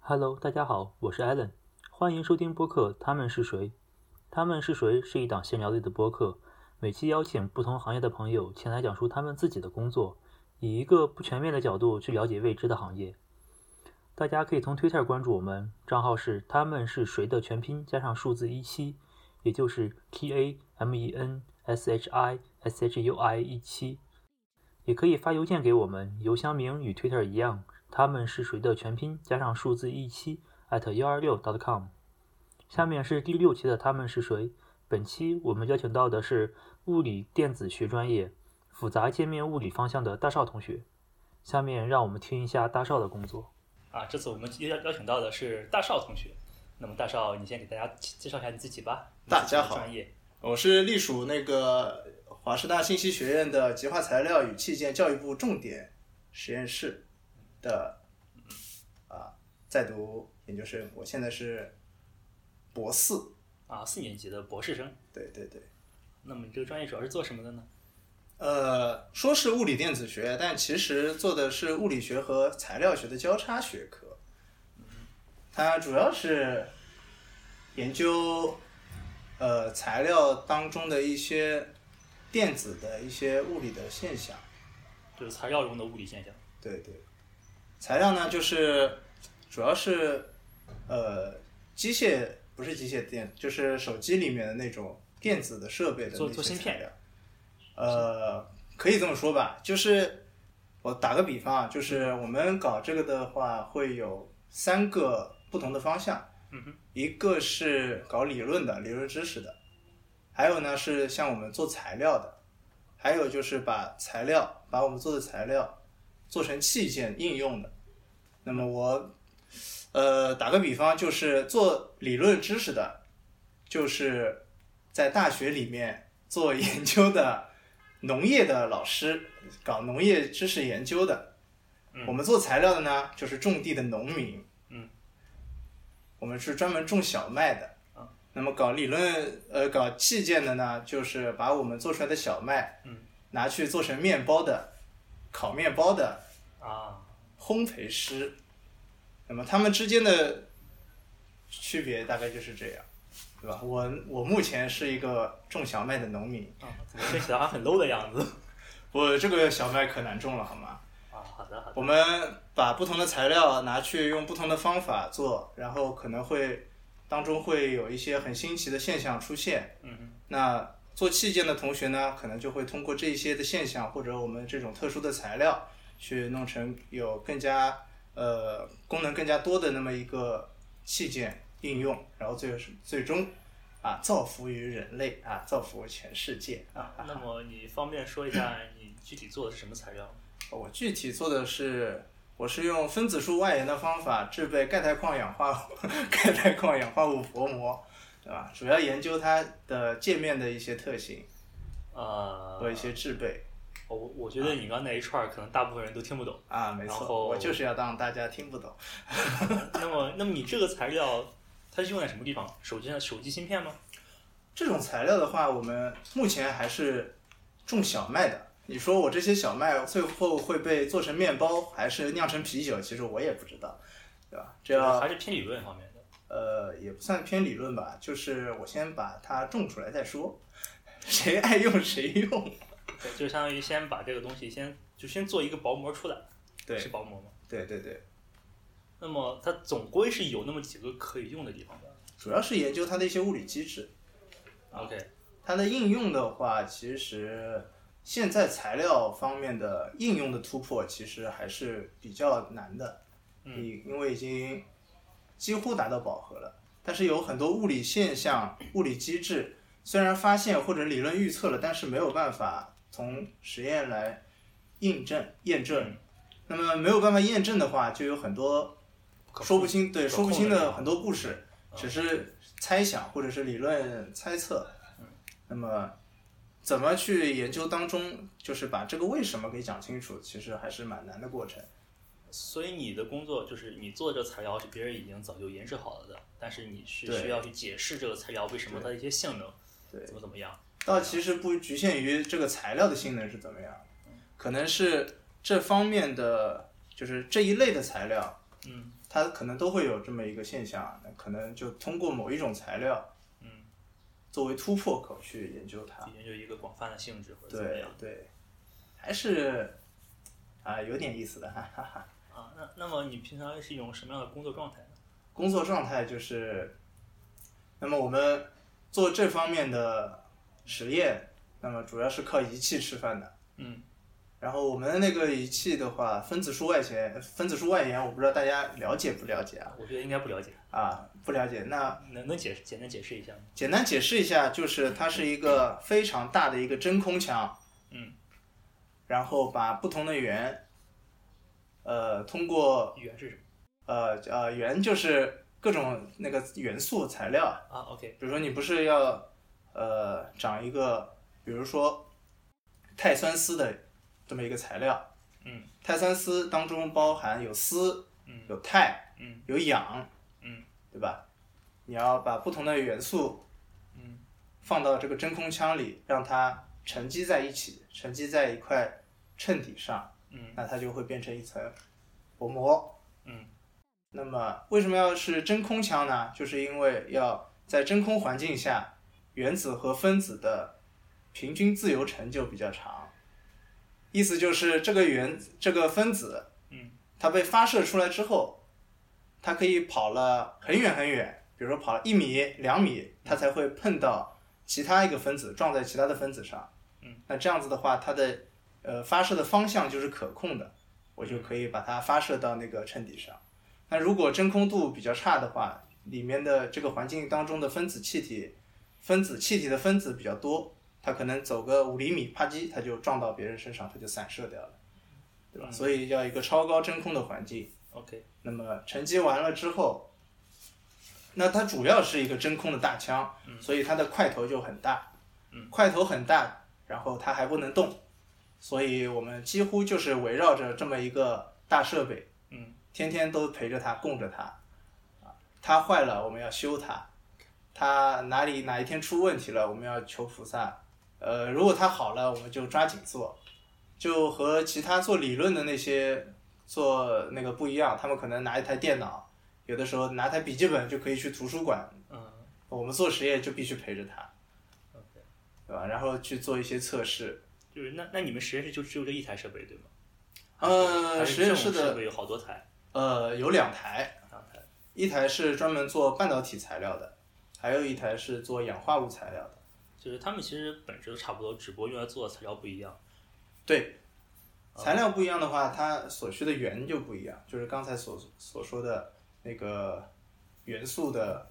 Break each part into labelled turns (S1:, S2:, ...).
S1: Hello，大家好，我是 Allen，欢迎收听播客《他们是谁》。《他们是谁》是一档闲聊类的播客，每期邀请不同行业的朋友前来讲述他们自己的工作，以一个不全面的角度去了解未知的行业。大家可以从 Twitter 关注我们，账号是“他们是谁”的全拼加上数字一七，也就是 T A M E N S H I S H U I 一七。也可以发邮件给我们，邮箱名与 Twitter 一样，他们是谁的全拼加上数字一七 at 幺二六 dot com。下面是第六期的他们是谁。本期我们邀请到的是物理电子学专业复杂界面物理方向的大少同学。下面让我们听一下大少的工作。
S2: 啊，这次我们邀邀请到的是大少同学。那么大少，你先给大家介绍一下你自己吧。你
S3: 大家
S2: 自己的
S3: 好
S2: 专业
S3: 我是隶属那个华师大信息学院的极化材料与器件教育部重点实验室的啊，在读研究生，我现在是博士，
S2: 啊，四年级的博士生。
S3: 对对对，
S2: 那么你这个专业主要是做什么的呢？
S3: 呃，说是物理电子学，但其实做的是物理学和材料学的交叉学科，它主要是研究呃材料当中的一些电子的一些物理的现象。
S2: 就是材料中的物理现象。
S3: 对对，材料呢就是主要是呃机械不是机械电，就是手机里面的那种电子的设备的
S2: 做
S3: 那
S2: 做
S3: 些
S2: 芯
S3: 材
S2: 片
S3: 料。呃，可以这么说吧，就是我打个比方啊，就是我们搞这个的话，会有三个不同的方向。
S2: 嗯哼，
S3: 一个是搞理论的、理论知识的，还有呢是像我们做材料的，还有就是把材料，把我们做的材料做成器件应用的。那么我，呃，打个比方，就是做理论知识的，就是在大学里面做研究的农业的老师，搞农业知识研究的。
S2: 嗯
S3: 我们做材料的呢，就是种地的农民。
S2: 嗯，
S3: 我们是专门种小麦的。
S2: 啊
S3: 那么搞理论，呃，搞器件的呢，就是把我们做出来的小麦，
S2: 嗯，
S3: 拿去做成面包的，烤面包的，
S2: 啊，
S3: 烘焙师，那么他们之间的区别大概就是这样，对吧？我我目前是一个种小麦的农民，
S2: 啊，怎么听起来好像很 low 的样子？
S3: 我这个小麦可难种了，好吗？
S2: 啊，好的好的。
S3: 我们把不同的材料拿去用不同的方法做，然后可能会当中会有一些很新奇的现象出现。
S2: 嗯哼，
S3: 那做器件的同学呢，可能就会通过这一些的现象，或者我们这种特殊的材料，去弄成有更加呃功能更加多的那么一个器件应用，然后最最终啊造福于人类啊，造福全世界啊。
S2: 那么你方便说一下你具体做的是什么材料吗？
S3: 哦我具体做的是，我是用分子束外延的方法制备钙钛矿氧化物 钙钛矿氧化物薄膜，对吧？主要研究它的界面的一些特性
S2: 呃，
S3: 和一些制备。
S2: 哦我我觉得你刚才那一串儿可能大部分人都听不懂。
S3: 啊，没
S2: 然后
S3: 错，我就是要让大家听不懂。
S2: 那么，那么你这个材料它是用在什么地方？手机上手机芯片吗？
S3: 这种材料的话，我们目前还是种小麦的。你说我这些小麦最后会被做成面包，还是酿成啤酒？其实我也不知道，对吧？这
S2: 就是
S3: 要
S2: 还是偏理论方面的。
S3: 呃也不算偏理论吧，就是我先把它种出来再说， 谁爱用谁用。
S2: 对就相当于先把这个东西先就先做一个薄膜出来，是薄膜吗？
S3: 对对对，
S2: 那么它总归是有那么几个可以用的地方的。
S3: 主要是研究它的一些物理机制。啊
S2: OK，
S3: 它的应用的话，其实现在材料方面的应用的突破其实还是比较难的，
S2: 嗯
S3: 你因为已经几乎达到饱和了，但是有很多物理现象、物理机制，虽然发现或者理论预测了，但是没有办法从实验来印证验证
S2: 嗯。
S3: 那么没有办法验证的话，就有很多
S2: 可
S3: 说不清，对，
S2: 可
S3: 说不
S2: 控
S3: 清
S2: 的嗯
S3: 的
S2: 量
S3: 很多故事，只是猜想或者是理论猜测。
S2: 嗯
S3: 那么，怎么去研究当中，就是把这个为什么给讲清楚，其实还是蛮难的过程。
S2: 所以你的工作就是你做这材料是别人已经早就研制好了的，但是你是
S3: 对
S2: 需要去解释这个材料为什么它的一些性能
S3: 对
S2: 怎么怎么样。
S3: 倒其实不局限于这个材料的性能是怎么样，
S2: 嗯
S3: 可能是这方面的，就是这一类的材料，
S2: 嗯，
S3: 它可能都会有这么一个现象啊，那可能就通过某一种材料
S2: 嗯，
S3: 作为突破口去研究它。
S2: 研究一个广泛的性质或者怎么
S3: 啊对
S2: 样
S3: 对，还是啊有点意思的，哈哈哈。
S2: 啊？那那么你平常是一种什么样的工作状态呢？
S3: 工作状态就是，那么我们做这方面的实验，那么主要是靠仪器吃饭的。
S2: 嗯
S3: 然后我们的那个仪器的话，分子束外前分子束外延，我不知道大家了解不了解啊？
S2: 啊，我觉得应该不了解，
S3: 啊，不了解。那
S2: 能能解释简单解释一下吗？
S3: 简单解释一下，就是它是一个非常大的一个真空腔，
S2: 嗯，
S3: 然后把不同的圆，呃，通过
S2: 语言是什么
S3: 呃呃圆就是各种那个元素材料啊，
S2: 啊？OK，
S3: 比如说你不是要呃长一个，比如说碳酸丝的这么一个材料，
S2: 嗯
S3: 碳酸丝当中包含有丝、
S2: 嗯
S3: 有钛、
S2: 嗯
S3: 有氧，
S2: 嗯，
S3: 对吧？你要把不同的元素
S2: 嗯
S3: 放到这个真空腔里，让它沉积在一起，沉积在一块衬底上，
S2: 嗯
S3: 那它就会变成一层薄膜。
S2: 嗯
S3: 那么为什么要是真空腔呢？就是因为要在真空环境下，原子和分子的平均自由程就比较长。意思就是这个原这个分子，
S2: 嗯，
S3: 它被发射出来之后，它可以跑了很远很远，比如说跑了一米、两米，
S2: 嗯
S3: 它才会碰到其他一个分子，撞在其他的分子上。
S2: 嗯，
S3: 那这样子的话，它的呃发射的方向就是可控的，我就可以把它发射到那个衬底上。那如果真空度比较差的话，里面的这个环境当中的分子气体，分子气体的分子比较多，它可能走个五厘米，啪叽，它就撞到别人身上，它就散射掉了，对吧？
S2: 嗯
S3: 所以要一个超高真空的环境。
S2: ，OK，
S3: 那么沉积完了之后，那它主要是一个真空的大腔，
S2: 嗯
S3: 所以它的块头就很大，
S2: 嗯
S3: 块头很大，然后它还不能动，所以我们几乎就是围绕着这么一个大设备，
S2: 嗯
S3: 天天都陪着它，供着它。啊，它坏了，我们要修它；它哪里哪一天出问题了，我们要求菩萨。呃，如果它好了，我们就抓紧做。就和其他做理论的那些做那个不一样，他们可能拿一台电脑，有的时候拿台笔记本就可以去图书馆。
S2: 嗯
S3: 我们做实验就必须陪着它，
S2: ，OK，
S3: 对吧？然后去做一些测试。
S2: 就是那那你们实验室就只有这一台设备对吗？
S3: 呃，
S2: 还是
S3: 实验
S2: 这
S3: 室
S2: 种设
S3: 的
S2: 备有好多台，
S3: 呃有两台，
S2: 两台。
S3: 一台是专门做半导体材料的，还有一台是做氧化物材料的。
S2: 就是他们其实本质都差不多，只不过用来做的材料不一样。
S3: 对，
S2: 啊
S3: 材料不一样的话，它所需的元就不一样，就是刚才所所说的那个元素的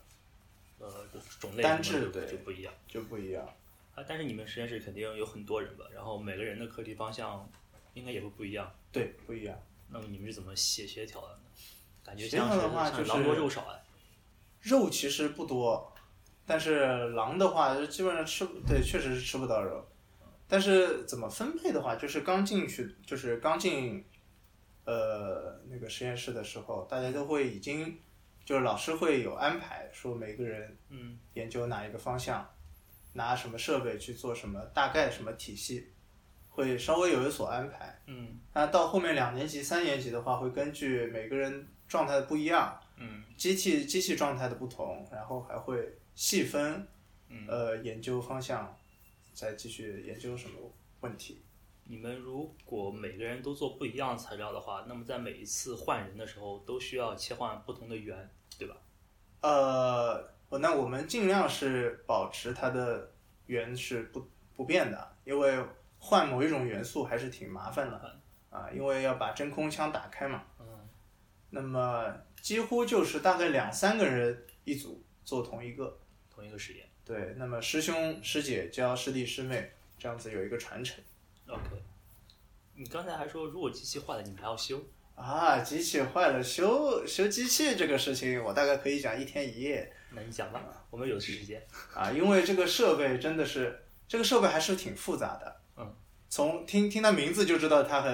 S2: 呃，就是种类
S3: 单
S2: 什么
S3: 质
S2: 的就
S3: 对
S2: 就不一样
S3: 就不一样。
S2: 啊。但是你们实验室肯定有很多人吧，然后每个人的课题方向应该也会不一样。
S3: 对，不一样。
S2: 那么你们是怎么协协调的呢？感觉
S3: 协调
S2: 像
S3: 的话
S2: 是
S3: 就
S2: 像
S3: 是
S2: 狼多肉少哎。
S3: 肉其实不多，但是狼的话，就基本上吃不对，确实是吃不到肉。但是怎么分配的话，就是刚进去，就是刚进，呃，那个实验室的时候，大家都会已经，就是老师会有安排，说每个人
S2: 嗯
S3: 研究哪一个方向，拿什么设备去做什么，大概什么体系，会稍微有所安排。
S2: 嗯
S3: 那到后面两年级、三年级的话，会根据每个人状态不一样，
S2: 嗯
S3: 机器机器状态的不同，然后还会细分
S2: 嗯。
S3: 呃研究方向，再继续研究什么问题。
S2: 你们如果每个人都做不一样的材料的话，那么在每一次换人的时候都需要切换不同的源，对吧？
S3: 呃，我那我们尽量是保持它的源是不不变的，因为换某一种元素还是挺麻烦的啊，因为要把真空腔打开嘛。
S2: 嗯
S3: 那么几乎就是大概两三个人一组做同一个，
S2: 同一个实验。
S3: 对，那么师兄师姐教师弟师妹，这样子有一个传承。
S2: OK。你刚才还说，如果机器坏了，你们还要修。
S3: 啊，机器坏了，修修机器这个事情，我大概可以讲一天一夜
S2: 那你讲吧，我们有的是时间。
S3: 啊，因为这个设备真的是，这个设备还是挺复杂的。
S2: 嗯，
S3: 从听听它名字就知道它很，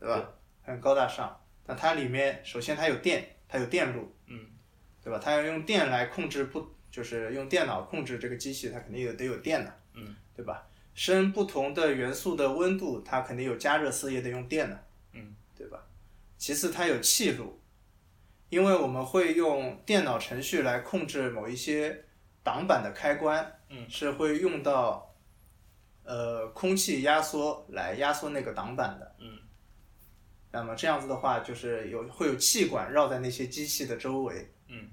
S3: 对吧？很高大上。那它里面首先它有电，它有电路，
S2: 嗯
S3: 对吧？它要用电来控制不，就是用电脑控制这个机器，它肯定有得有电的，
S2: 嗯
S3: 对吧？升不同的元素的温度，它肯定有加热丝，也得用电的。
S2: 嗯
S3: 对吧？其次，它有气路，因为我们会用电脑程序来控制某一些挡板的开关，
S2: 嗯
S3: 是会用到呃空气压缩来压缩那个挡板的。
S2: 嗯
S3: 那么这样子的话，就是有会有气管绕在那些机器的周围，
S2: 嗯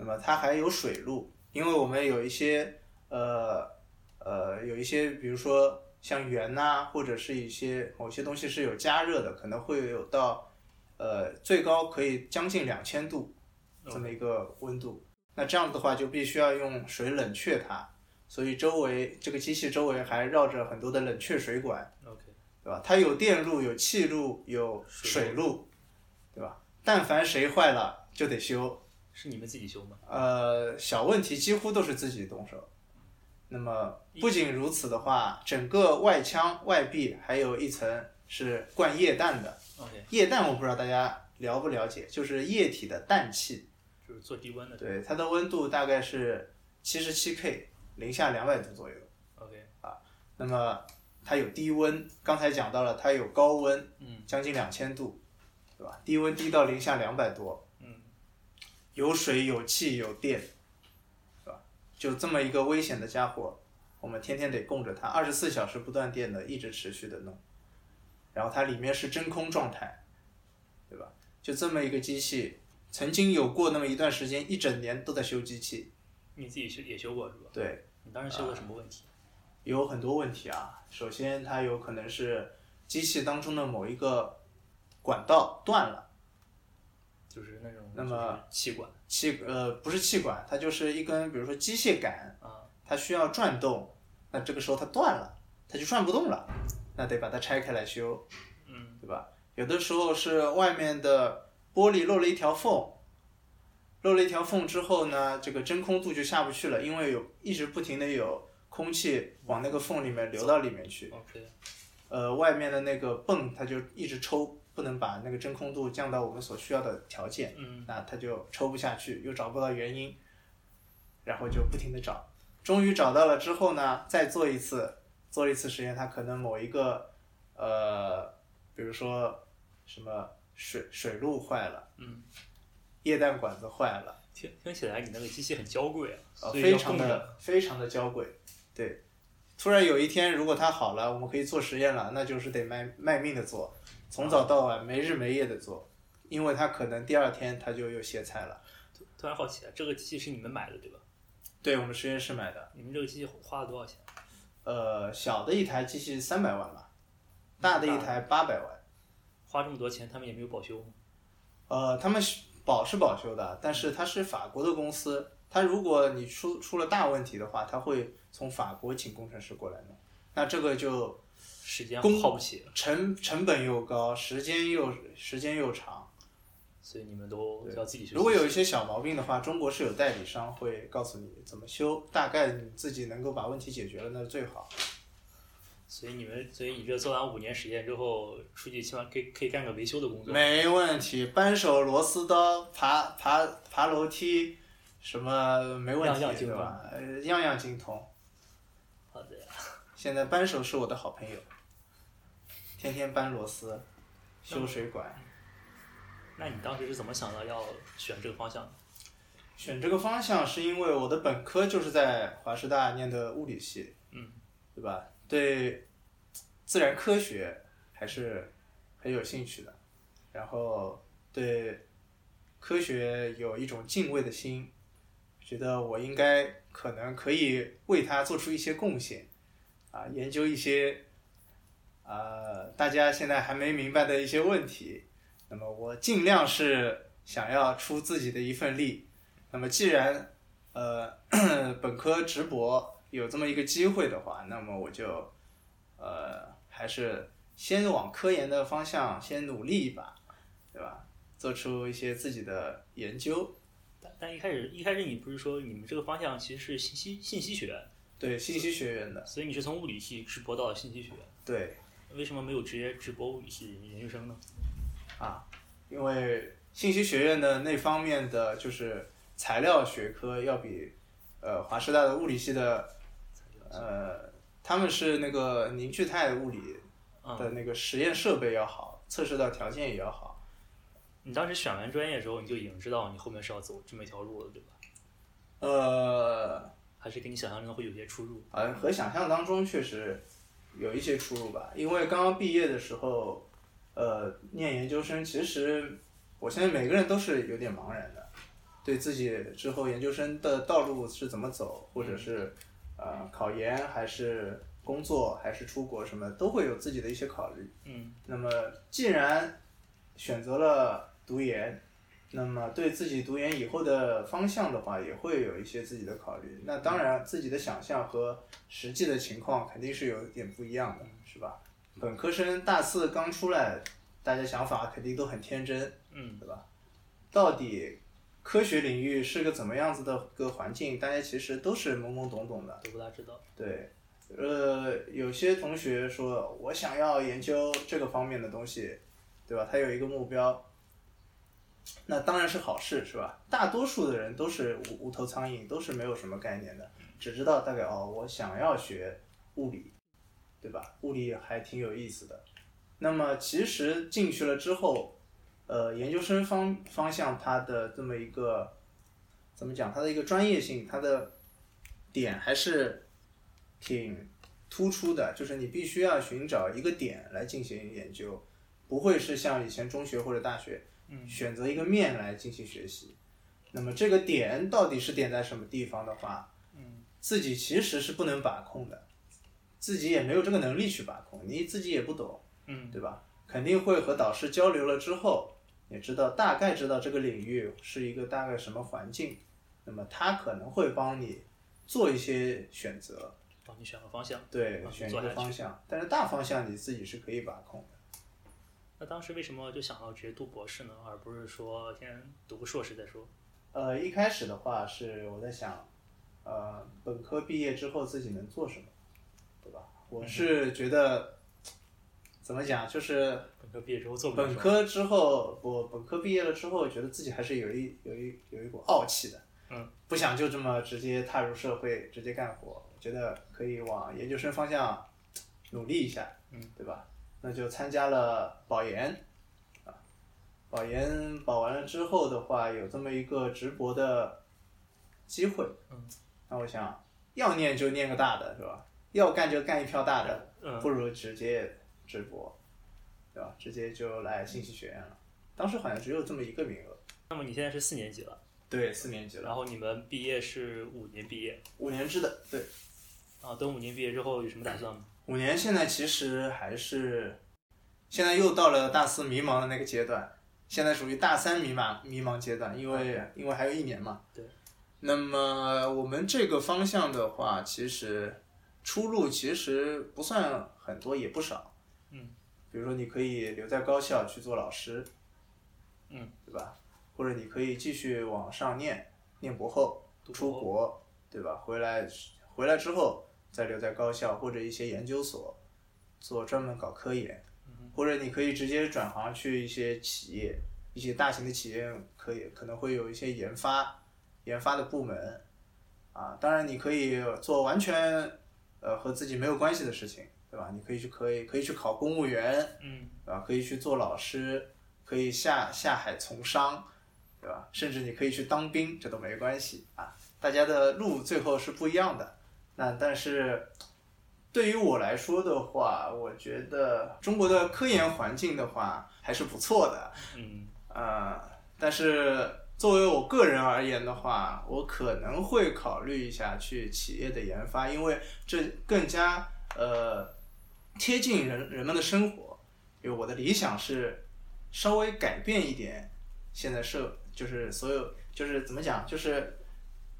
S3: 那么它还有水路，因为我们有一些呃呃有一些，比如说像圆呐、或者是一些某些东西是有加热的，可能会有到呃最高可以将近两千度这么一个温度。那这样的话就必须要用水冷却它，所以周围这个机器周围还绕着很多的冷却水管。
S2: ，OK，
S3: 对吧？它有电路，有气路，有水
S2: 水
S3: 路，对吧？但凡谁坏了就得修，
S2: 是你们自己修吗？
S3: 呃，小问题几乎都是自己动手。那么不仅如此的话，整个外腔外壁还有一层是灌液氮的，
S2: ？OK，
S3: 液氮我不知道大家了不了解，就是液体的氮气，
S2: 就是做低温的。
S3: 对，它的温度大概是七十七 K，零下两百度左右。
S2: OK，
S3: 那么它有低温，刚才讲到了它有高温，
S2: 嗯
S3: 将近两千度，对吧？低温低到零下两百多，
S2: 嗯
S3: 有水有气有电，对吧？就这么一个危险的家伙，我们天天得供着它，二十四小时不断电的，一直持续的弄。然后它里面是真空状态，对吧？就这么一个机器，曾经有过那么一段时间，一整年都在修机器，
S2: 你自己修也修过是吧？
S3: 对，
S2: 你当时修过什么问
S3: 啊
S2: 题？
S3: 有很多问题啊。首先，它有可能是机器当中的某一个管道断了。
S2: 就是那种
S3: 那么
S2: 就是气管
S3: 气呃不是气管，它就是一根比如说机械杆，
S2: 啊，
S3: 它需要转动，那这个时候它断了，它就转不动了，那得把它拆开来修，
S2: 嗯
S3: 对吧？有的时候是外面的玻璃漏了一条缝，漏了一条缝之后呢，这个真空度就下不去了，因为有一直不停的有空气往那个缝里面流到里面去，
S2: ，OK，
S3: 呃，外面的那个泵它就一直抽，不能把那个真空度降到我们所需要的条件。
S2: 嗯
S3: 那他就抽不下去，又找不到原因，然后就不停的找，终于找到了之后呢，再做一次，做一次实验，他可能某一个呃，比如说什么水水路坏了，
S2: 嗯，
S3: 液氮管子坏了，
S2: 听听起来你那个机器很娇贵啊，
S3: 啊、
S2: 所以
S3: 非
S2: 要
S3: 常
S2: 供着。
S3: 的非常的娇贵，对。突然有一天，如果它好了，我们可以做实验了，那就是得卖卖命的做，从早到晚，没日没夜的做，因为它可能第二天它就又歇菜了。
S2: 突然好奇啊，这个机器是你们买的对吧？
S3: 对我们实验室买的，
S2: 你们这个机器花了多少钱？
S3: 呃，小的一台机器三百万吧，嗯大的一台八百万。
S2: 花这么多钱，他们也没有保修吗？
S3: 呃，他们是保是保修的，但是它是法国的公司，它如果你出出了大问题的话，它会从法国请工程师过来弄。那这个就
S2: 时间
S3: 公
S2: 耗不起，
S3: 成成本又高，时间又时间又长。
S2: 所以你们都
S3: 对
S2: 要自己修。
S3: 如果有一些小毛病的话，中国是有代理商会告诉你怎么修，大概你自己能够把问题解决了，那是最好。
S2: 所以你们，所以你这做完五年实验之后，出去起码可以可以干个维修的工作。
S3: 没问题，扳手、螺丝刀、爬爬爬楼梯，什么没问题，
S2: 样样精
S3: 对
S2: 通
S3: 吧？呃，样样精通。
S2: 好的呀，
S3: 现在扳手是我的好朋友，天天扳螺丝，修水管。
S2: 那你当时是怎么想到要选这个方向的？
S3: 选这个方向是因为我的本科就是在华师大念的物理系，
S2: 嗯，
S3: 对吧？对自然科学还是很有兴趣的，然后对科学有一种敬畏的心，觉得我应该可能可以为它做出一些贡献，啊，研究一些呃大家现在还没明白的一些问题，那么我尽量是想要出自己的一份力。那么既然呃 本科直博有这么一个机会的话，那么我就呃还是先往科研的方向先努力一把，对吧？做出一些自己的研究，
S2: 但但一开始一开始你不是说你们这个方向其实是信息信息学，
S3: 对信息学院的，
S2: 所以你是从物理系直播到了信息学，
S3: 对
S2: 为什么没有直接直播物理系研究生呢？
S3: 啊，因为信息学院的那方面的就是材料学科要比呃华师大的物理系的呃他们是那个凝聚态物理
S2: 啊、
S3: 的那个实验设备要好，测试的条件也要好。
S2: 你当时选完专业的时候，你就已经知道你后面是要走这么一条路了，对吧？
S3: 呃，
S2: 还是跟你想象中会有些出入？
S3: 好像和想象当中确实有一些出入吧。因为刚刚毕业的时候，呃，念研究生，其实我相信每个人都是有点茫然的，对自己之后研究生的道路是怎么走，或者是呃考研还是工作还是出国什么，都会有自己的一些考虑。
S2: 嗯
S3: 那么既然选择了读研，那么对自己读研以后的方向的话，也会有一些自己的考虑。那当然，自己的想象和实际的情况肯定是有点不一样的，是吧？本科生大四刚出来，大家想法肯定都很天真，
S2: 嗯
S3: 到底科学领域是个怎么样子的个环境，大家其实都是懵懵懂懂的。
S2: 嗯都不大知道。
S3: 对，呃，有些同学说我想要研究这个方面的东西，对吧？他有一个目标，那当然是好事，是吧？大多数的人都是无无头苍蝇，都是没有什么概念的，只知道大概哦，我想要学物理，对吧？物理还挺有意思的。那么其实进去了之后，呃，研究生方方向它的这么一个怎么讲，它的一个专业性，它的点还是挺突出的，就是你必须要寻找一个点来进行研究，不会是像以前中学或者大学
S2: 嗯
S3: 选择一个面来进行学习。那么这个点到底是点在什么地方的话，
S2: 嗯
S3: 自己其实是不能把控的，自己也没有这个能力去把控，你自己也不懂。
S2: 嗯
S3: 对吧？肯定会和导师交流了之后，也知道大概知道这个领域是一个大概什么环境，那么他可能会帮你做一些选择，
S2: 哦帮你选个方向。
S3: 对，
S2: 嗯
S3: 选一
S2: 做下
S3: 个
S2: 去
S3: 方向，但是大方向你自己是可以把控的。
S2: 那当时为什么就想到直接读博士呢，而不是说先读个硕士再说？
S3: 呃，一开始的话是我在想，呃，本科毕业之后自己能做什么，对吧？我
S2: 嗯
S3: 是觉得，怎么讲，就是
S2: 本科毕业之后做不了
S3: 本
S2: 什么，
S3: 科之后，我本科毕业了之后，觉得自己还是有一有一有一股傲气的，
S2: 嗯，
S3: 不想就这么直接踏入社会，直接干活，觉得可以往研究生方向努力一下，
S2: 嗯，
S3: 对吧？那就参加了保研，啊，保研保完了之后的话，有这么一个直博的机会，
S2: 嗯，
S3: 那我想要念就念个大的，是吧？要干就干一票大的，不
S2: 嗯，
S3: 如直接直播，对吧？直接就来信息学院了。当时好像只有这么一个名额。
S2: 那么你现在是四年级了，
S3: 对，四年级
S2: 然，后你们毕业是五年毕业，
S3: 五年制的。对，
S2: 啊，等五年毕业之后有什么打算吗？
S3: 五年现在其实还是，现在又到了大四迷茫的那个阶段，现在属于大三迷茫迷茫阶段，因为因为还有一年嘛。
S2: 哦对。
S3: 那么我们这个方向的话，其实出路其实不算很多，也不少。
S2: 嗯。
S3: 比如说，你可以留在高校去做老师。
S2: 嗯。
S3: 对吧？或者你可以继续往上念，念博后，
S2: 读
S3: 出
S2: 博
S3: 国，对吧？回来回来之后再留在高校或者一些研究所做专门搞科研，
S2: 嗯
S3: 或者你可以直接转行去一些企业，一些大型的企业可以可能会有一些研发研发的部门，啊，当然你可以做完全呃和自己没有关系的事情，对吧？你可以去可以可以去考公务员，
S2: 嗯，
S3: 对啊吧？可以去做老师，可以下下海从商，对吧？甚至你可以去当兵，这都没关系啊。大家的路最后是不一样的。那但是对于我来说的话，我觉得中国的科研环境的话还是不错的。
S2: 嗯，
S3: 呃，但是作为我个人而言的话，我可能会考虑一下去企业的研发，因为这更加呃贴近人人们的生活。因为我的理想是稍微改变一点现在社，就是所有就是怎么讲，就是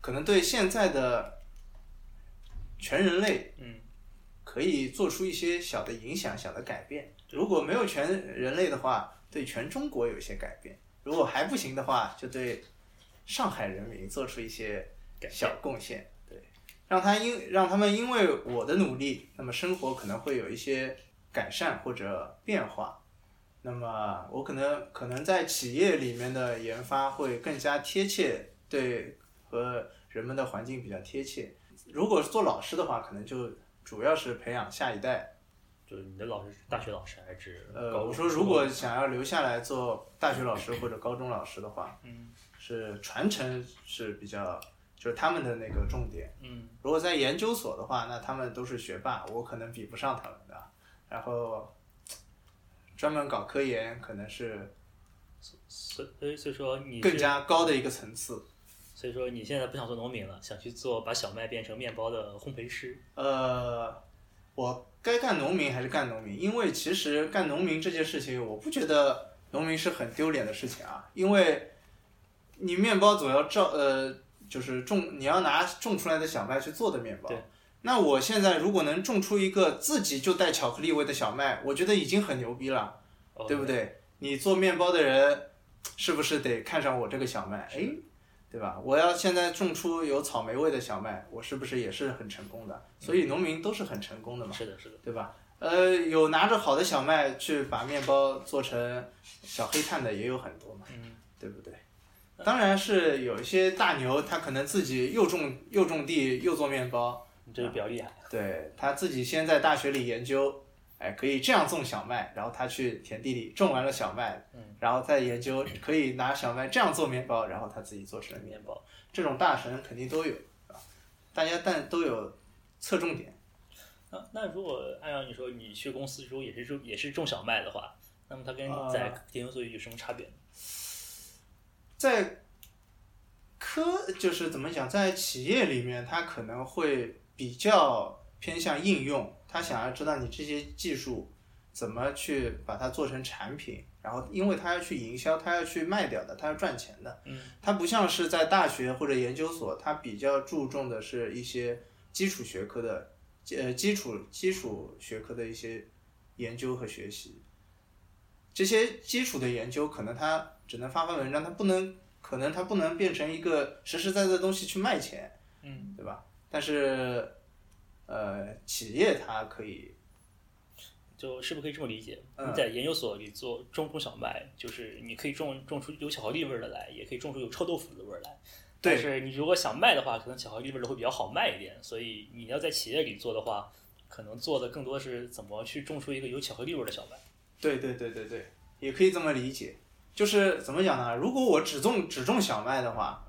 S3: 可能对现在的全人类，
S2: 嗯，
S3: 可以做出一些小的影响、小的改变。如果没有全人类的话，对全中国有一些改变；如果还不行的话，就对上海人民做出一些
S2: 改变
S3: 小贡献，对，让他因让他们因为我的努力，那么生活可能会有一些改善或者变化。那么我可能可能在企业里面的研发会更加贴切，对和人们的环境比较贴切。如果是做老师的话，可能就主要是培养下一代
S2: 就是你的老师是大学老师还是
S3: 呃，
S2: 高
S3: 我
S2: 中
S3: 说如果想要留下来做大学老师或者高中老师的话，
S2: 嗯
S3: 是传承是比较就是他们的那个重点。
S2: 嗯
S3: 如果在研究所的话，那他们都是学霸，我可能比不上他们的。然后专门搞科研，可能是
S2: 所所以所以说你
S3: 更
S2: 是
S3: 加高的一个层次。
S2: 所以说你现在不想做农民了，想去做把小麦变成面包的烘焙师。
S3: 呃，我该干农民还是干农民，因为其实干农民这件事情，我不觉得农民是很丢脸的事情啊，因为你面包总要照呃，就是种你要拿种出来的小麦去做的面包
S2: 对。
S3: 那我现在如果能种出一个自己就带巧克力味的小麦，我觉得已经很牛逼了，
S2: 哦
S3: 对不？对？你做面包的人是不是得看上我这个小麦？哎，对吧？我要现在种出有草莓味的小麦，我是不是也是很成功的？所
S2: 嗯
S3: 以农民都是很成功的嘛，
S2: 是的，是的，
S3: 对吧？呃，有拿着好的小麦去把面包做成小黑炭的也有很多嘛，
S2: 嗯，
S3: 对不对？当然是有一些大牛，他可能自己又种又种地又做面包，
S2: 你这个比较厉害。
S3: 对他自己先在大学里研究，哎，可以这样种小麦，然后他去田地里种完了小麦
S2: 嗯，
S3: 然后再研究可以拿小麦这样做面包，然后他自己做成了面包。
S2: 面包，
S3: 这种大神肯定都有，啊大家但都有侧重点。
S2: 那那如果按照你说你去公司如果也是种也是种小麦的话，那么它跟
S3: 啊
S2: 在研究所有什么差别呢？
S3: 在科就是怎么讲，在企业里面，他可能会比较偏向应用，他想要知道你这些技术怎么去把它做成产品，然后因为他要去营销，他要去卖掉的，他要赚钱的。
S2: 嗯，
S3: 他不像是在大学或者研究所，他比较注重的是一些基础学科的，呃，基础基础学科的一些研究和学习。这些基础的研究，可能它只能发发文章，它不能，可能它不能变成一个实实在在的东西去卖钱，
S2: 嗯，
S3: 对吧？但是，呃，企业它可以，
S2: 就是不是可以这么理解？
S3: 嗯
S2: 你在研究所里做种种小麦，就是你可以种种出有巧克力味儿的来，也可以种出有臭豆腐的味儿来。
S3: 对
S2: 但是你如果想卖的话，可能巧克力味儿的会比较好卖一点。所以你要在企业里做的话，可能做的更多是怎么去种出一个有巧克力味儿的小麦。
S3: 对对对对对，也可以这么理解，就是怎么讲呢？如果我只种只种小麦的话，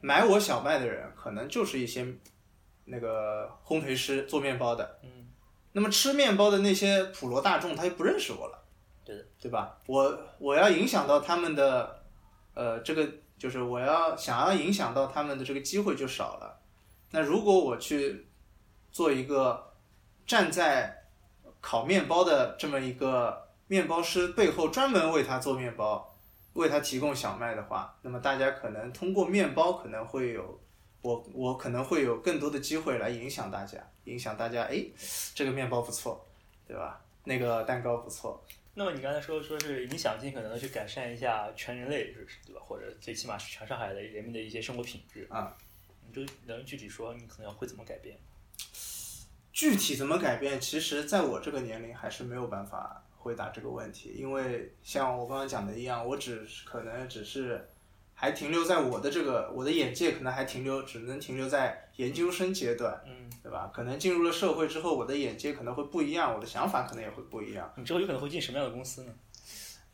S3: 买我小麦的人可能就是一些那个烘焙师做面包的，
S2: 嗯，
S3: 那么吃面包的那些普罗大众他就不认识我了，
S2: 对的，
S3: 对吧？我我要影响到他们的，呃，这个就是我要想要影响到他们的这个机会就少了。那如果我去做一个站在烤面包的这么一个面包师背后，专门为他做面包，为他提供小麦的话，那么大家可能通过面包可能会有。我我可能会有更多的机会来影响大家，影响大家。哎，这个面包不错，对吧？那个蛋糕不错，
S2: 那么你刚才说说是你想尽可能的去改善一下全人类，是对吧？或者最起码是全上海的人民的一些生活品质
S3: 啊。
S2: 你就能具体说你可能会怎么改变？
S3: 具体怎么改变，其实在我这个年龄还是没有办法回答这个问题，因为像我刚刚讲的一样，我只是可能只是还停留在我的这个我的眼界，可能还停留只能停留在研究生阶段，
S2: 嗯，
S3: 对吧？可能进入了社会之后，我的眼界可能会不一样，我的想法可能也会不一样。
S2: 你之后有可能会进什么样的公司呢？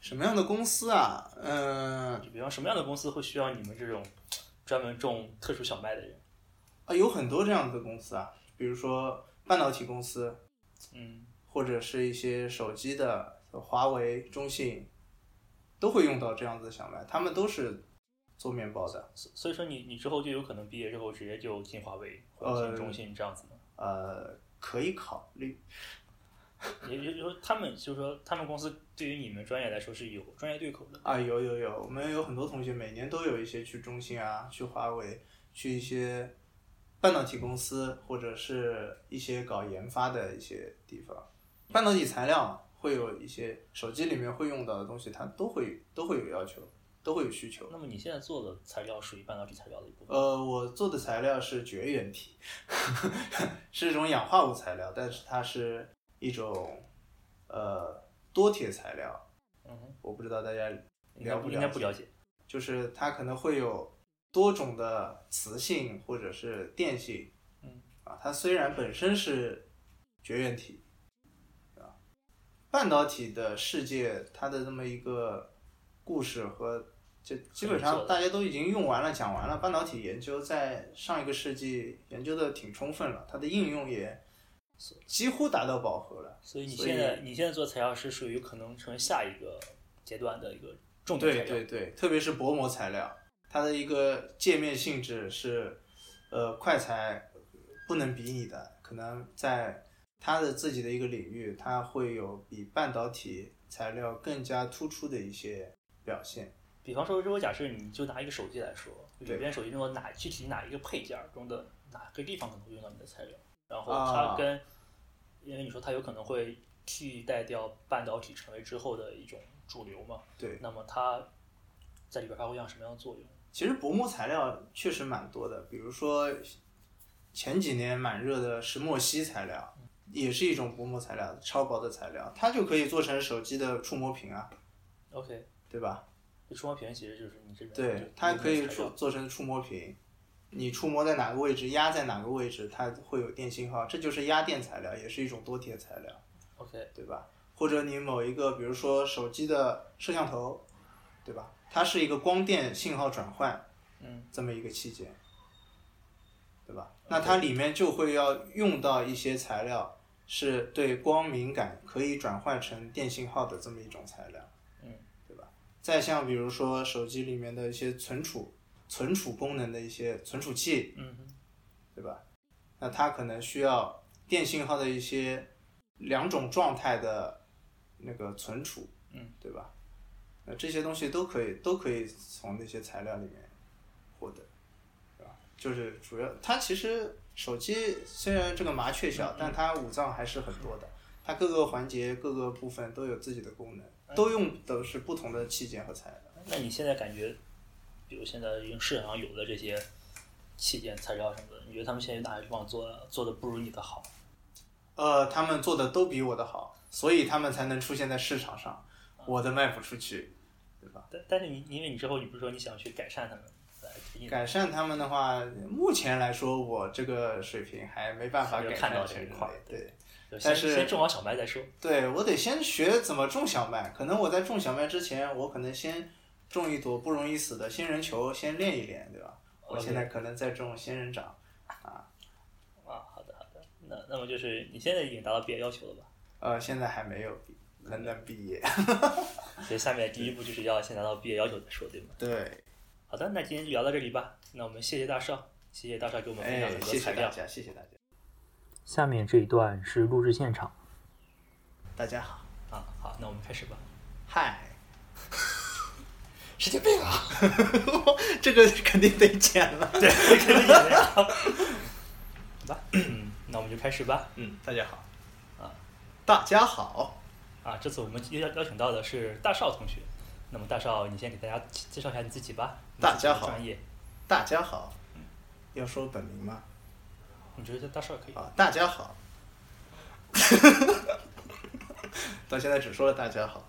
S3: 什么样的公司啊？嗯、
S2: 就比方什么样的公司会需要你们这种专门种特殊小麦的人？
S3: 啊，有很多这样的公司啊，比如说半导体公司，
S2: 嗯，
S3: 或者是一些手机的，华为、中信，都会用到这样子的小麦，他们都是做面包的。
S2: 所所以说你你之后就有可能毕业之后直接就进华为或者进中信这样子吗？
S3: 呃，可以考虑。
S2: 也就是说他们就是说他们公司对于你们专业来说是有专业对口的。
S3: 啊，有有有，我们有很多同学每年都有一些去中信啊，去华为，去一些半导体公司或者是一些搞研发的一些地方，半导体材料嘛会有一些手机里面会用到的东西，它都会都会有要求，都会有需求。
S2: 那么你现在做的材料属于半导体材料的一部分。
S3: 呃，我做的材料是绝缘体， 是一种氧化物材料，但是它是一种呃多铁材料，
S2: 嗯哼，
S3: 我不知道大家
S2: 应该
S3: 呃了不
S2: 不
S3: 了
S2: 应该不了解。
S3: 就是它可能会有多种的磁性或者是电性，
S2: 嗯，
S3: 啊，它虽然本身是绝缘体，啊，半导体的世界它的这么一个故事和这基本上大家都已经用完了、讲完了。半导体研究在上一个世纪研究的挺充分了，它的应用也几乎达到饱和了。
S2: 所以你
S3: 所以
S2: 现在你现在做材料师属于可能成为下一个阶段的一个重点材
S3: 对
S2: 料。
S3: 对对，特别是薄膜材料，它的一个界面性质是，呃，快材不能比拟的，可能在它的自己的一个领域，它会有比半导体材料更加突出的一些表现。
S2: 比方说，如果假设你就拿一个手机来说，
S3: 对
S2: 里边手机中的哪具体哪一个配件儿中的哪个地方可能会用到你的材料，然后
S3: 啊
S2: 它跟，因为你说它有可能会替代掉半导体成为之后的一种主流嘛，
S3: 对，
S2: 那么它在里边发挥上什么样的作用？
S3: 其实薄膜材料确实蛮多的，比如说前几年蛮热的石墨烯材料，也是一种薄膜材料，超薄的材料，它就可以做成手机的触摸屏啊，
S2: OK，
S3: 对吧？
S2: 这触摸屏其实就是你这边就
S3: 对，它可以
S2: 材料
S3: 做做成触摸屏，你触摸在哪个位置，压在哪个位置，它会有电信号，这就是压电材料，也是一种多铁材料，
S2: OK，
S3: 对吧？或者你某一个，比如说手机的摄像头，对吧？它是一个光电信号转换
S2: 嗯，
S3: 这么一个器件，对吧？那它里面就会要用到一些材料，是对光敏感，可以转换成电信号的这么一种材料，
S2: 嗯，
S3: 对吧？再像比如说手机里面的一些存储、存储功能的一些存储器，
S2: 嗯哼，
S3: 对吧？那它可能需要电信号的一些两种状态的那个存储，
S2: 嗯，
S3: 对吧？那这些东西都可以都可以从那些材料里面获得，对吧？就是主要它其实手机虽然这个麻雀小，但它五脏还是很多的，它各个环节各个部分都有自己的功能，都用的是不同的器件和材料。
S2: 那你现在感觉，比如现在用市场上有的这些器件、材料什么的，你觉得他们现在哪个地方做做的不如你的好？
S3: 呃，他们做的都比我的好，所以他们才能出现在市场上，我的卖不出去，对吧？
S2: 但但是你因为你之后你不是说你想去改善他们，来给你
S3: 改善他们的话，目前来说我这个水平还没办法
S2: 还没
S3: 改
S2: 有
S3: 善
S2: 看到
S3: 这
S2: 这
S3: 一
S2: 一
S3: 块
S2: 块，
S3: 对，
S2: 就先
S3: 但是
S2: 先种好小麦再说。
S3: 对我得先学怎么种小麦，可能我在种小麦之前，我可能先种一朵不容易死的仙人球，先练一练，对吧？我
S2: OK
S3: 现在可能在种仙人掌，
S2: 啊，好的好的，那那么就是你现在已经达到毕业要求 了吧？
S3: 呃，现在还没有毕，能能毕业，
S2: 所以下面第一步就是要先达到毕业要求再说，对吗？
S3: 对，
S2: 好的，那今天就聊到这里吧。那我们谢谢大少，谢谢大少给我们分享
S3: 哎
S2: 很，多
S3: 谢
S2: 材
S3: 谢大
S2: 料。
S3: 家，谢谢大家，
S1: 下面这一段是录制现场。
S3: 大家好，
S2: 啊，好，那我们开始吧。
S3: 嗨。
S2: 神经病啊！
S3: 这个肯定得剪了。对，
S2: 好吧， 那我们就开始吧。
S3: 嗯，大家好，
S2: 啊
S3: 大家好，
S2: 啊，这次我们邀邀请到的是大少同学。那么大少，你先给大家介介绍一下你自己吧。你
S3: 大家
S2: 自己的
S3: 好
S2: 专业，
S3: 大家好，要说本名吗？
S2: 你觉得大少可以？
S3: 啊，大家好，到现在只说了大家好。